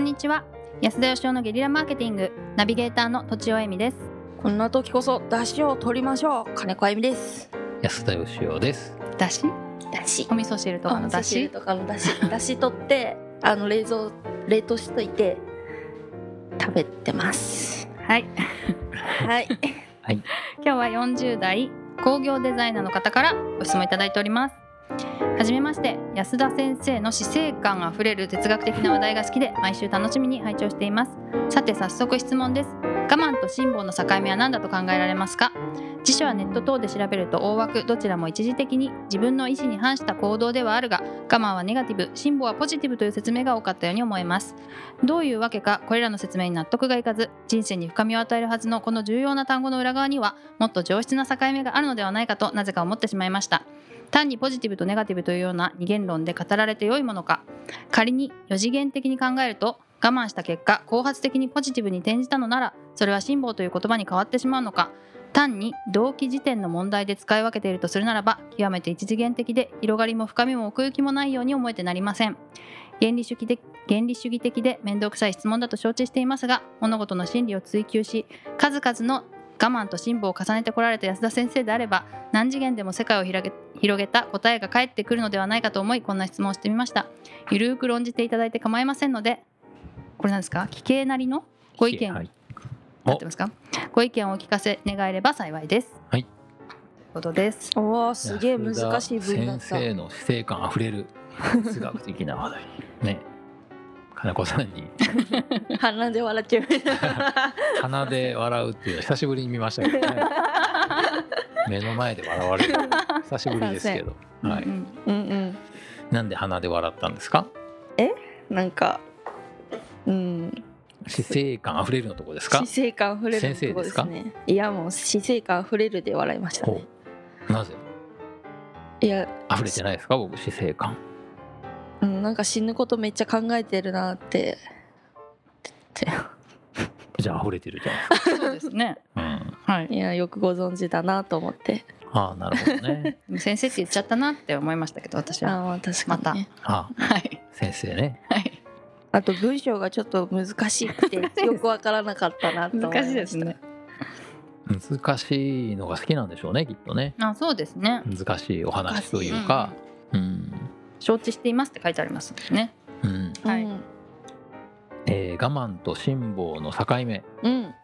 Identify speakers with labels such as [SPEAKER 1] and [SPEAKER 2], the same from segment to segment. [SPEAKER 1] んにちは安田義生のゲリラマーケティングナビゲーターの土地尾恵美です
[SPEAKER 2] こんな時こそ出汁を取りましょう金子あゆみです
[SPEAKER 3] 安田義雄です。
[SPEAKER 1] だし
[SPEAKER 2] 出汁
[SPEAKER 1] お味噌汁とかのだ
[SPEAKER 2] 汁
[SPEAKER 1] し
[SPEAKER 2] とかの出汁 出汁取ってあの冷蔵冷凍しといて食べてます
[SPEAKER 1] はい
[SPEAKER 2] はい
[SPEAKER 1] 今日は40代工業デザイナーの方からご質問いただいておりますはじめまして安田先生の死生観あふれる哲学的な話題が好きで毎週楽しみに拝聴していますさて早速質問です我慢と辛抱の境目は何だと考えられますか辞書はネット等で調べると大枠どちらも一時的に自分の意思に反した行動ではあるが我慢はネガティブ辛抱はポジティブという説明が多かったように思えますどういうわけかこれらの説明に納得がいかず人生に深みを与えるはずのこの重要な単語の裏側にはもっと上質な境目があるのではないかとなぜか思ってしまいました単にポジティブとネガティブというような二元論で語られて良いものか仮に4次元的に考えると我慢した結果後発的にポジティブに転じたのならそれは辛抱という言葉に変わってしまうのか単に動機時点の問題で使い分けているとするならば極めて一次元的で広がりも深みも奥行きもないように思えてなりません原理主義的原理主義的で面倒くさい質問だと承知していますが物事の真理を追求し数々の我慢と辛抱を重ねてこられた安田先生であれば何次元でも世界を広げ広げた答えが返ってくるのではないかと思いこんな質問をしてみましたゆるーく論じていただいて構いませんのでこれなんですか奇形なりのご意見、
[SPEAKER 3] はい。
[SPEAKER 1] 合ってますかご意見をお聞かせ願えれば幸いです
[SPEAKER 3] はい
[SPEAKER 1] ということです
[SPEAKER 2] おおすげえ難しい
[SPEAKER 3] 安
[SPEAKER 2] 分
[SPEAKER 3] 田
[SPEAKER 2] だった
[SPEAKER 3] 先生の死生観あふれる哲学的な話題。ね。金子さんに
[SPEAKER 2] 鼻で笑っちゃう
[SPEAKER 3] 鼻で笑うっていうのは久しぶりに見ましたけど ね。目の前で笑われる久しぶりですけど。は
[SPEAKER 1] う
[SPEAKER 3] い。
[SPEAKER 1] ん
[SPEAKER 2] うんうん
[SPEAKER 3] なんで鼻で笑ったんですか。
[SPEAKER 2] なんかうん
[SPEAKER 3] 死生観あふれるのとこですか
[SPEAKER 2] 死。生観触れるとこですねいやもう死生観触れるで笑いました
[SPEAKER 3] ほ
[SPEAKER 2] ね
[SPEAKER 3] う。なぜ
[SPEAKER 2] いや
[SPEAKER 3] 溢れてないですか僕死生観。
[SPEAKER 2] うん、なんか死ぬことめっちゃ考えてるなってって
[SPEAKER 3] じゃあ溢れてるじゃないです
[SPEAKER 1] そうですね
[SPEAKER 3] か。うん。
[SPEAKER 1] はい
[SPEAKER 2] いやよくご存知だなと思って
[SPEAKER 3] ああなるほ どね。
[SPEAKER 1] でも先生って言っちゃったなって思いましたけど私
[SPEAKER 2] あ
[SPEAKER 1] は
[SPEAKER 2] ーまあ確かに、ね、
[SPEAKER 3] あ
[SPEAKER 1] はい
[SPEAKER 3] あ先生ね。
[SPEAKER 1] はい
[SPEAKER 2] あと文章がちょっと難 しくてよくわからなかったなと思いました
[SPEAKER 1] 難しいですね
[SPEAKER 3] 難しいのが好きなんでしょうねきっとね
[SPEAKER 1] あそうですね
[SPEAKER 3] 難しいお話というかうん、
[SPEAKER 1] 承知していますって書いてありますね
[SPEAKER 3] うん
[SPEAKER 2] うん
[SPEAKER 1] はい
[SPEAKER 3] えー我慢と辛抱の境目
[SPEAKER 2] うん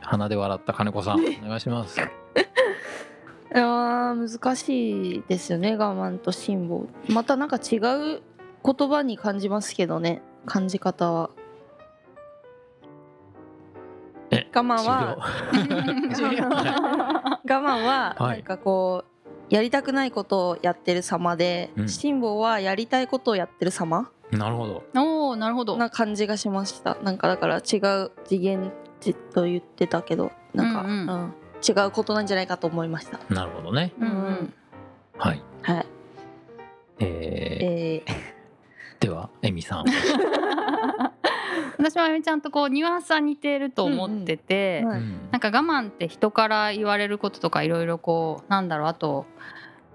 [SPEAKER 3] 鼻で笑った金子さんお願いします
[SPEAKER 2] あー難しいですよね我慢と辛抱またなんか違う言葉に感じますけどね感じ方は
[SPEAKER 3] え
[SPEAKER 2] 我慢は
[SPEAKER 3] 終了
[SPEAKER 2] 我慢は
[SPEAKER 3] は
[SPEAKER 2] ないんかこうやりたくないことをやってる様で、
[SPEAKER 3] うん
[SPEAKER 2] 辛抱はやりたいことをやってる様
[SPEAKER 3] なるほど
[SPEAKER 1] おおなるほど
[SPEAKER 2] な感じがしましたなんかだから違う次元と言ってたけどなんか、
[SPEAKER 1] う
[SPEAKER 2] うんん
[SPEAKER 1] う
[SPEAKER 2] 違うことなんじゃないかと思いました
[SPEAKER 3] なるほどね
[SPEAKER 1] うんうん
[SPEAKER 3] はい
[SPEAKER 2] はい
[SPEAKER 3] えー
[SPEAKER 2] えー、
[SPEAKER 3] ではエミさん
[SPEAKER 1] 私はあゆみちゃんとこうニュアンスは似てると思ってて、
[SPEAKER 2] うんうんは
[SPEAKER 3] う
[SPEAKER 2] い
[SPEAKER 3] ん
[SPEAKER 1] なんか我慢って人から言われることとかいろいろこうなんだろうあと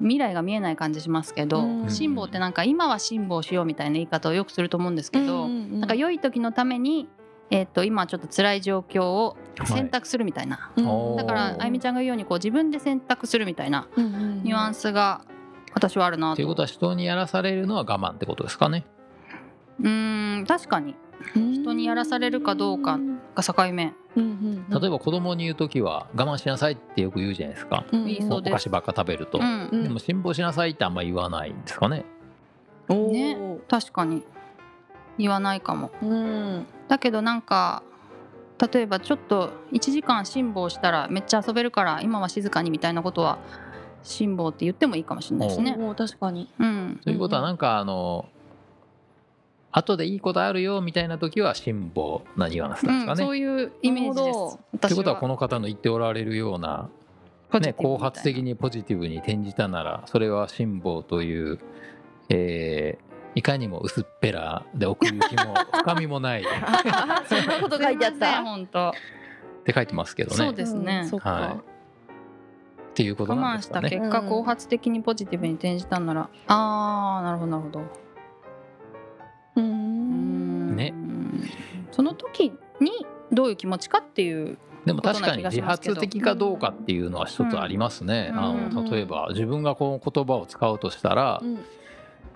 [SPEAKER 1] 未来が見えない感じしますけど、
[SPEAKER 2] うん
[SPEAKER 1] 辛抱ってなんか今は辛抱しようみたいな言い方をよくすると思うんですけど、
[SPEAKER 2] うん
[SPEAKER 1] なんか良い時のために、えっと今ちょっと辛い状況を選択するみたいな、
[SPEAKER 2] うん
[SPEAKER 3] おー
[SPEAKER 1] だから
[SPEAKER 3] おー
[SPEAKER 1] あゆみちゃんが言うようにこう自分で選択するみたいな
[SPEAKER 2] うんうんうん
[SPEAKER 1] ニュアンスが私はあるな
[SPEAKER 3] ということは人にやらされるのは我慢ってことですかね
[SPEAKER 1] うーん確かに人にやらされるかどうか
[SPEAKER 2] うん
[SPEAKER 1] が境目
[SPEAKER 2] うんうん
[SPEAKER 3] 例えば子供に言う時は我慢しなさいってよく言うじゃないですか、
[SPEAKER 2] うんうん
[SPEAKER 1] いいそ
[SPEAKER 3] お
[SPEAKER 1] うです
[SPEAKER 3] 菓子ばっか食べると、
[SPEAKER 1] うん、
[SPEAKER 2] うん
[SPEAKER 3] でも辛抱しなさいってあんま言わないんですかね
[SPEAKER 2] おー
[SPEAKER 1] ね確かに言わないかも
[SPEAKER 2] うん
[SPEAKER 1] だけどなんか例えばちょっと1時間辛抱したらめっちゃ遊べるから今は静かにみたいなことは辛抱って言ってもいいかもしれないですね。
[SPEAKER 2] もう確 かに
[SPEAKER 1] うん、
[SPEAKER 3] ということはなんかあの後でいいことあるよみたいな時は辛抱なニュアンス
[SPEAKER 1] う
[SPEAKER 3] なんですか
[SPEAKER 1] ん、
[SPEAKER 3] ね。
[SPEAKER 1] そういうイメージ
[SPEAKER 2] な
[SPEAKER 1] です
[SPEAKER 2] るほど。
[SPEAKER 1] 私
[SPEAKER 3] ということはこの方の言っておられるような、
[SPEAKER 1] ポジ
[SPEAKER 3] ね、
[SPEAKER 1] ティブみたい
[SPEAKER 3] 後
[SPEAKER 1] な
[SPEAKER 3] 発的にポジティブに転じたならそれは辛抱という、えーいかにも薄っぺらで奥行きも深み もないっ
[SPEAKER 2] あそんなこと書いてあっ
[SPEAKER 1] すいません
[SPEAKER 2] た
[SPEAKER 1] 本当。
[SPEAKER 3] て書いてますけど
[SPEAKER 1] そう
[SPEAKER 3] ね。
[SPEAKER 1] ですね
[SPEAKER 2] うんそっか、
[SPEAKER 3] はいっていうこと
[SPEAKER 1] 我
[SPEAKER 3] な
[SPEAKER 1] 慢
[SPEAKER 3] んで
[SPEAKER 1] し
[SPEAKER 3] すか
[SPEAKER 1] た
[SPEAKER 3] ね。
[SPEAKER 1] 結果
[SPEAKER 2] うん
[SPEAKER 1] 後発的にポジティブに転じたなら、ああなるほどなるほど。
[SPEAKER 2] うー
[SPEAKER 1] うー
[SPEAKER 2] ん
[SPEAKER 1] ん
[SPEAKER 3] ね
[SPEAKER 1] その時にどういう気持ちかっていう
[SPEAKER 3] でも確かに
[SPEAKER 1] ことな気
[SPEAKER 3] 自
[SPEAKER 1] がしますけど
[SPEAKER 3] 発的かどうかっていうのは一つありますね。
[SPEAKER 1] うん
[SPEAKER 3] あ
[SPEAKER 1] うん
[SPEAKER 2] うん
[SPEAKER 3] の例えば自分がこの言葉を使うとしたら、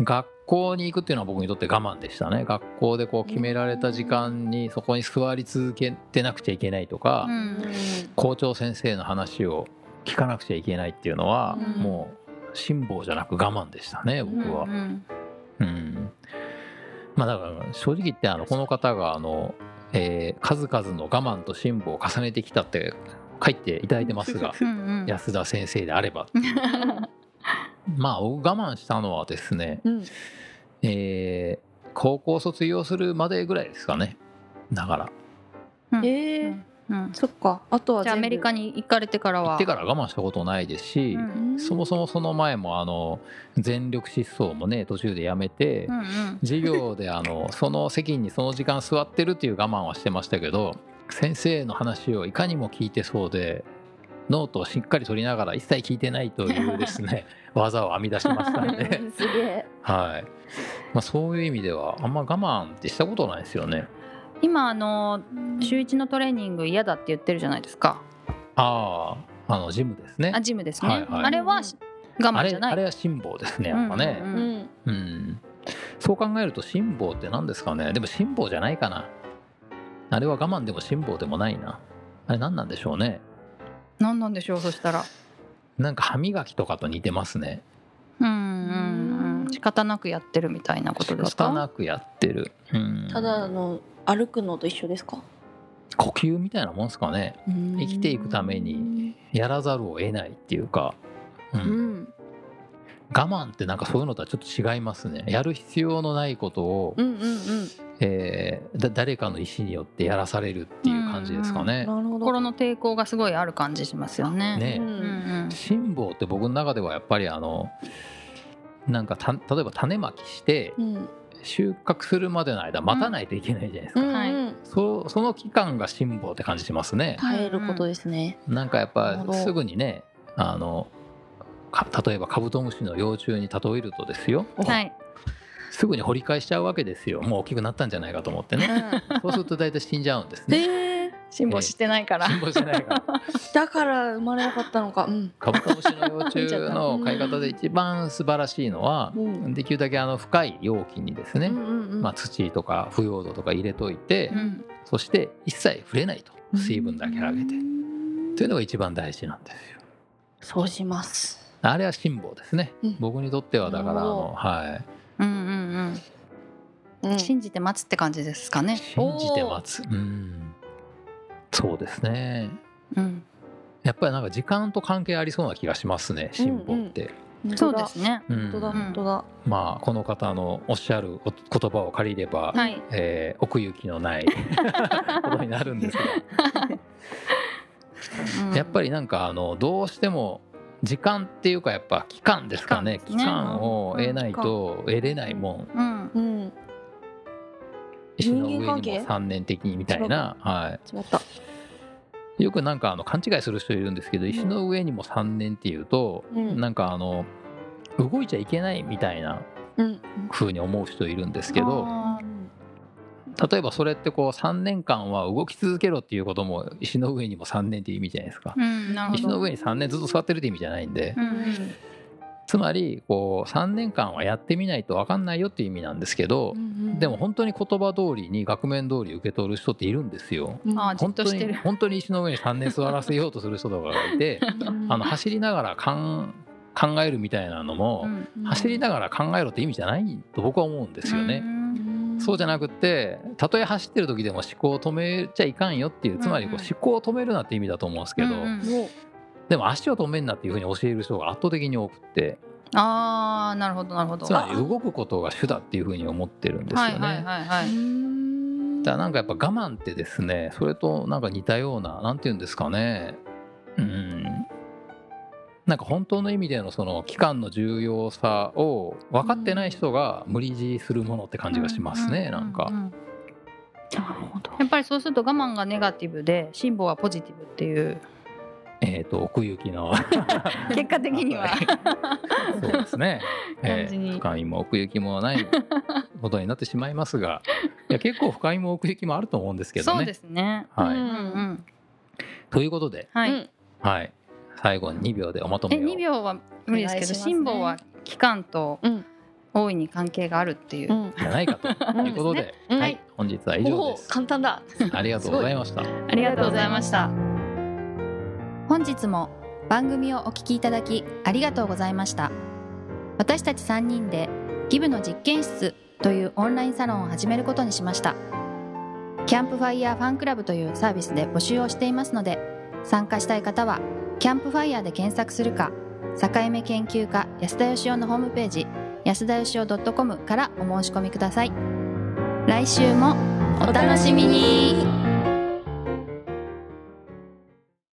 [SPEAKER 3] 学校に行くっていうのは僕にとって我慢でしたね。学校でこう決められた時間にそこに座り続けてなくちゃいけないとか、校長先生の話を聞かなくちゃいけないっていうのは、
[SPEAKER 2] うん
[SPEAKER 3] もう辛抱じゃなく我慢でしたね僕は。
[SPEAKER 1] うんうん
[SPEAKER 3] うんまあだから正直言ってあのこの方があの、えー数々の我慢と辛抱を重ねてきたって書いていただいてますが
[SPEAKER 1] うんうん
[SPEAKER 3] 安田先生であれば まあ僕我慢したのはですね、
[SPEAKER 2] うん
[SPEAKER 3] えー高校卒業するまでぐらいですかねだから
[SPEAKER 2] え
[SPEAKER 1] う
[SPEAKER 2] え
[SPEAKER 1] んうん
[SPEAKER 2] そっかあとは
[SPEAKER 1] じゃあアメリカ
[SPEAKER 2] に
[SPEAKER 1] に行かれてから
[SPEAKER 3] 行
[SPEAKER 1] は
[SPEAKER 3] ってから我慢したことないですし、
[SPEAKER 1] うん
[SPEAKER 3] そもそもその前もあの全力疾走もね途中でやめて、
[SPEAKER 1] うんうん
[SPEAKER 3] 授業であのその席にその時間座ってるっていう我慢はしてましたけど先生の話をいかにも聞いてそうでノートをしっかり取りながら一切聞いてないというですね 技を編み出しましたんで、
[SPEAKER 2] すげえ
[SPEAKER 3] はいまあ、そういう意味ではあんま我慢ってしたことないですよね。
[SPEAKER 1] 今あの週一のトレーニング嫌だって言ってるじゃないですか
[SPEAKER 3] あああのジムですね
[SPEAKER 1] あジムですね、
[SPEAKER 3] はいはい
[SPEAKER 1] あれは我
[SPEAKER 3] あ
[SPEAKER 1] 慢
[SPEAKER 3] れ
[SPEAKER 1] じゃない
[SPEAKER 3] あれは辛抱ですねやっぱね、
[SPEAKER 1] う
[SPEAKER 2] うん
[SPEAKER 1] うん
[SPEAKER 2] ん
[SPEAKER 3] うんそう考えると辛抱って何ですかねでも辛抱じゃないかなあれは我慢でも辛抱でもないなあれ何なんでしょうね
[SPEAKER 1] 何なんでしょうそしたら
[SPEAKER 3] なんか歯磨きとかと似てますね
[SPEAKER 1] うんうんうん仕方なくやってるみたいなこと
[SPEAKER 3] 仕
[SPEAKER 1] です
[SPEAKER 3] 方
[SPEAKER 1] か
[SPEAKER 3] なくやってるうん
[SPEAKER 2] ただの歩くのと一緒ですか
[SPEAKER 3] 呼吸みたいなもんですかね生きていくためにやらざるを得ないっていうか、うん
[SPEAKER 2] うん
[SPEAKER 3] 我慢ってなんかそういうのとはちょっと違いますねやる必要のないことを、
[SPEAKER 2] うんうんうん
[SPEAKER 3] えーだ誰かの意思によってやらされるっていう感じですかね、
[SPEAKER 2] なるほど
[SPEAKER 1] 心の抵抗がすごいある感じしますよね
[SPEAKER 3] ね
[SPEAKER 2] うん
[SPEAKER 1] うんうん
[SPEAKER 3] 辛抱って僕の中ではやっぱりあのなんかた例えば種まきして
[SPEAKER 2] うん
[SPEAKER 3] 収穫するまでの間待たないといけないじゃないですか、
[SPEAKER 2] うん
[SPEAKER 1] はい
[SPEAKER 2] うん
[SPEAKER 3] そその期間が辛抱って感じしますね
[SPEAKER 2] 耐えることですね
[SPEAKER 3] なんかやっ
[SPEAKER 2] なる
[SPEAKER 3] ぱ
[SPEAKER 2] ほど
[SPEAKER 3] すぐにねあのか例えばカブトムシの幼虫に例えるとですよ
[SPEAKER 1] はい
[SPEAKER 3] すぐに掘り返しちゃうわけですよもう大きくなったんじゃないかと思 ってねそうすると大体死んじゃうんですね
[SPEAKER 2] え
[SPEAKER 1] 辛抱してないから、
[SPEAKER 3] 辛抱しない から
[SPEAKER 2] だから生まれなかったのかうん
[SPEAKER 3] カブトムシの幼虫の飼い方で一番素晴らしいのは
[SPEAKER 2] うん
[SPEAKER 3] できるだけあの深い容器にですね、
[SPEAKER 2] うんうんうん
[SPEAKER 3] まあ、土とか腐葉土とか入れといて、
[SPEAKER 1] うん
[SPEAKER 3] そして一切触れないと水分だけあげて、というのが一番大事なんですよ
[SPEAKER 2] そうします
[SPEAKER 3] あれは辛抱ですね、
[SPEAKER 2] うん
[SPEAKER 3] 僕にとってはだからあ
[SPEAKER 2] なるほど
[SPEAKER 3] の、は
[SPEAKER 1] うんうんう
[SPEAKER 2] う
[SPEAKER 1] んん信じて待つって感じですか
[SPEAKER 3] い、
[SPEAKER 1] ね
[SPEAKER 3] 信じて待つうんそうですね
[SPEAKER 1] うん
[SPEAKER 3] やっぱりなんか時間と関係ありそうな気がしますね辛抱って、
[SPEAKER 1] そうです
[SPEAKER 2] ね
[SPEAKER 1] ね
[SPEAKER 3] うん
[SPEAKER 2] 本当だ
[SPEAKER 1] うん
[SPEAKER 2] 本当だ
[SPEAKER 3] まあこの方のおっしゃるお言葉を借りれば、
[SPEAKER 1] はい
[SPEAKER 3] えー奥行きのない ことになるんですがやっぱりなんかあのどうしても時間っていうかやっぱ期間ですかね
[SPEAKER 1] 期間
[SPEAKER 3] 期
[SPEAKER 1] ですね
[SPEAKER 3] 間を得ないと得れないもん
[SPEAKER 1] うん
[SPEAKER 2] うん
[SPEAKER 3] 石の上に
[SPEAKER 2] 人間
[SPEAKER 3] も
[SPEAKER 2] 関係
[SPEAKER 3] 3年的にみたいな、は
[SPEAKER 2] 違った
[SPEAKER 3] い、よくなんかあの勘違いする人いるんですけど石の上にも3年っていうと
[SPEAKER 2] うん
[SPEAKER 3] なんかあの動いちゃいけないみたいな
[SPEAKER 2] うん
[SPEAKER 3] 風に思う人いるんですけど
[SPEAKER 1] あ
[SPEAKER 3] 例えばそれってこう3年間は動き続けろっていうことも石の上にも3年っていう意味じゃないですか
[SPEAKER 1] ー。うんなるほ
[SPEAKER 3] 石
[SPEAKER 1] ど
[SPEAKER 3] の上に3年ずっと座ってるって意味じゃないんで
[SPEAKER 1] う、んうん
[SPEAKER 3] つまりこう3年間はやってみないと分かんないよっていう意味なんですけど、でも本当に言葉通りに額面通り受け取る人っているんですよ。
[SPEAKER 1] あーじっ
[SPEAKER 3] 本
[SPEAKER 1] と
[SPEAKER 3] 当
[SPEAKER 1] して
[SPEAKER 3] に
[SPEAKER 1] る
[SPEAKER 3] 本当に石の上に3年座らせようとする人とかがいてあの走りながらかん考えるみたいなのも、走りながら考えろって意味じゃないと僕は思うんですよね。そうじゃなくってたとえ走ってる時でも思考を止めちゃいかんよっていうつまり
[SPEAKER 1] う
[SPEAKER 3] こ
[SPEAKER 1] んう
[SPEAKER 3] う
[SPEAKER 1] ん
[SPEAKER 3] 思考を止めるなって意味だと思うんですけど、
[SPEAKER 1] うんうん
[SPEAKER 2] も
[SPEAKER 3] でも足を止めんなっていうふうに教える人が圧倒的に多くって。
[SPEAKER 1] ああなるほどなるほど
[SPEAKER 3] つまり動くことが主だっていうふうに思ってるんですよね。
[SPEAKER 1] はいはいはいは
[SPEAKER 2] う
[SPEAKER 1] い、
[SPEAKER 2] ん
[SPEAKER 3] だからなんかやっぱ我慢ってですねそれとなんか似たようななんて言うんですかねうんなんか本当の意味でのその期間の重要さを分かってない人が無理強いするものって感じがしますね、なんか
[SPEAKER 1] う、う
[SPEAKER 2] なるほど
[SPEAKER 1] やっぱりそうすると我慢がネガティブで辛抱はポジティブって いう
[SPEAKER 3] えっ、と奥行きの
[SPEAKER 1] 結果的には
[SPEAKER 3] そうですね、え
[SPEAKER 1] 感じに
[SPEAKER 3] ー、深みも奥行きもないことになってしまいますがいや結構深みも奥行きもあると思うんですけどね。
[SPEAKER 1] そうですね。
[SPEAKER 3] は
[SPEAKER 2] う
[SPEAKER 3] い、
[SPEAKER 1] うん
[SPEAKER 2] ん
[SPEAKER 1] うん。
[SPEAKER 3] ということで、
[SPEAKER 1] はい。
[SPEAKER 2] うん
[SPEAKER 3] はい、最後に2秒でおまと
[SPEAKER 1] え
[SPEAKER 3] めを
[SPEAKER 1] 2秒は無理ですけ
[SPEAKER 2] お願いし
[SPEAKER 1] ど
[SPEAKER 2] ますね
[SPEAKER 1] 辛抱は期間と
[SPEAKER 2] うん
[SPEAKER 1] 大いに関係があるっていうう。
[SPEAKER 2] ん
[SPEAKER 3] じゃないかということで、
[SPEAKER 2] うん
[SPEAKER 3] はい、本日は以
[SPEAKER 2] お
[SPEAKER 3] 上
[SPEAKER 2] お
[SPEAKER 3] です。
[SPEAKER 2] 簡単だ
[SPEAKER 3] ありがとうございました。
[SPEAKER 1] ありがとうございました。本日も番組をお聞きいただきありがとうございました。私たち3人でギブの実験室というオンラインサロンを始めることにしました。キャンプファイヤーファンクラブというサービスで募集をしていますので、参加したい方はキャンプファイヤーで検索するか、境目研究家安田義雄のホームページ安田義雄 .com からお申し込みください。来週もお楽しみに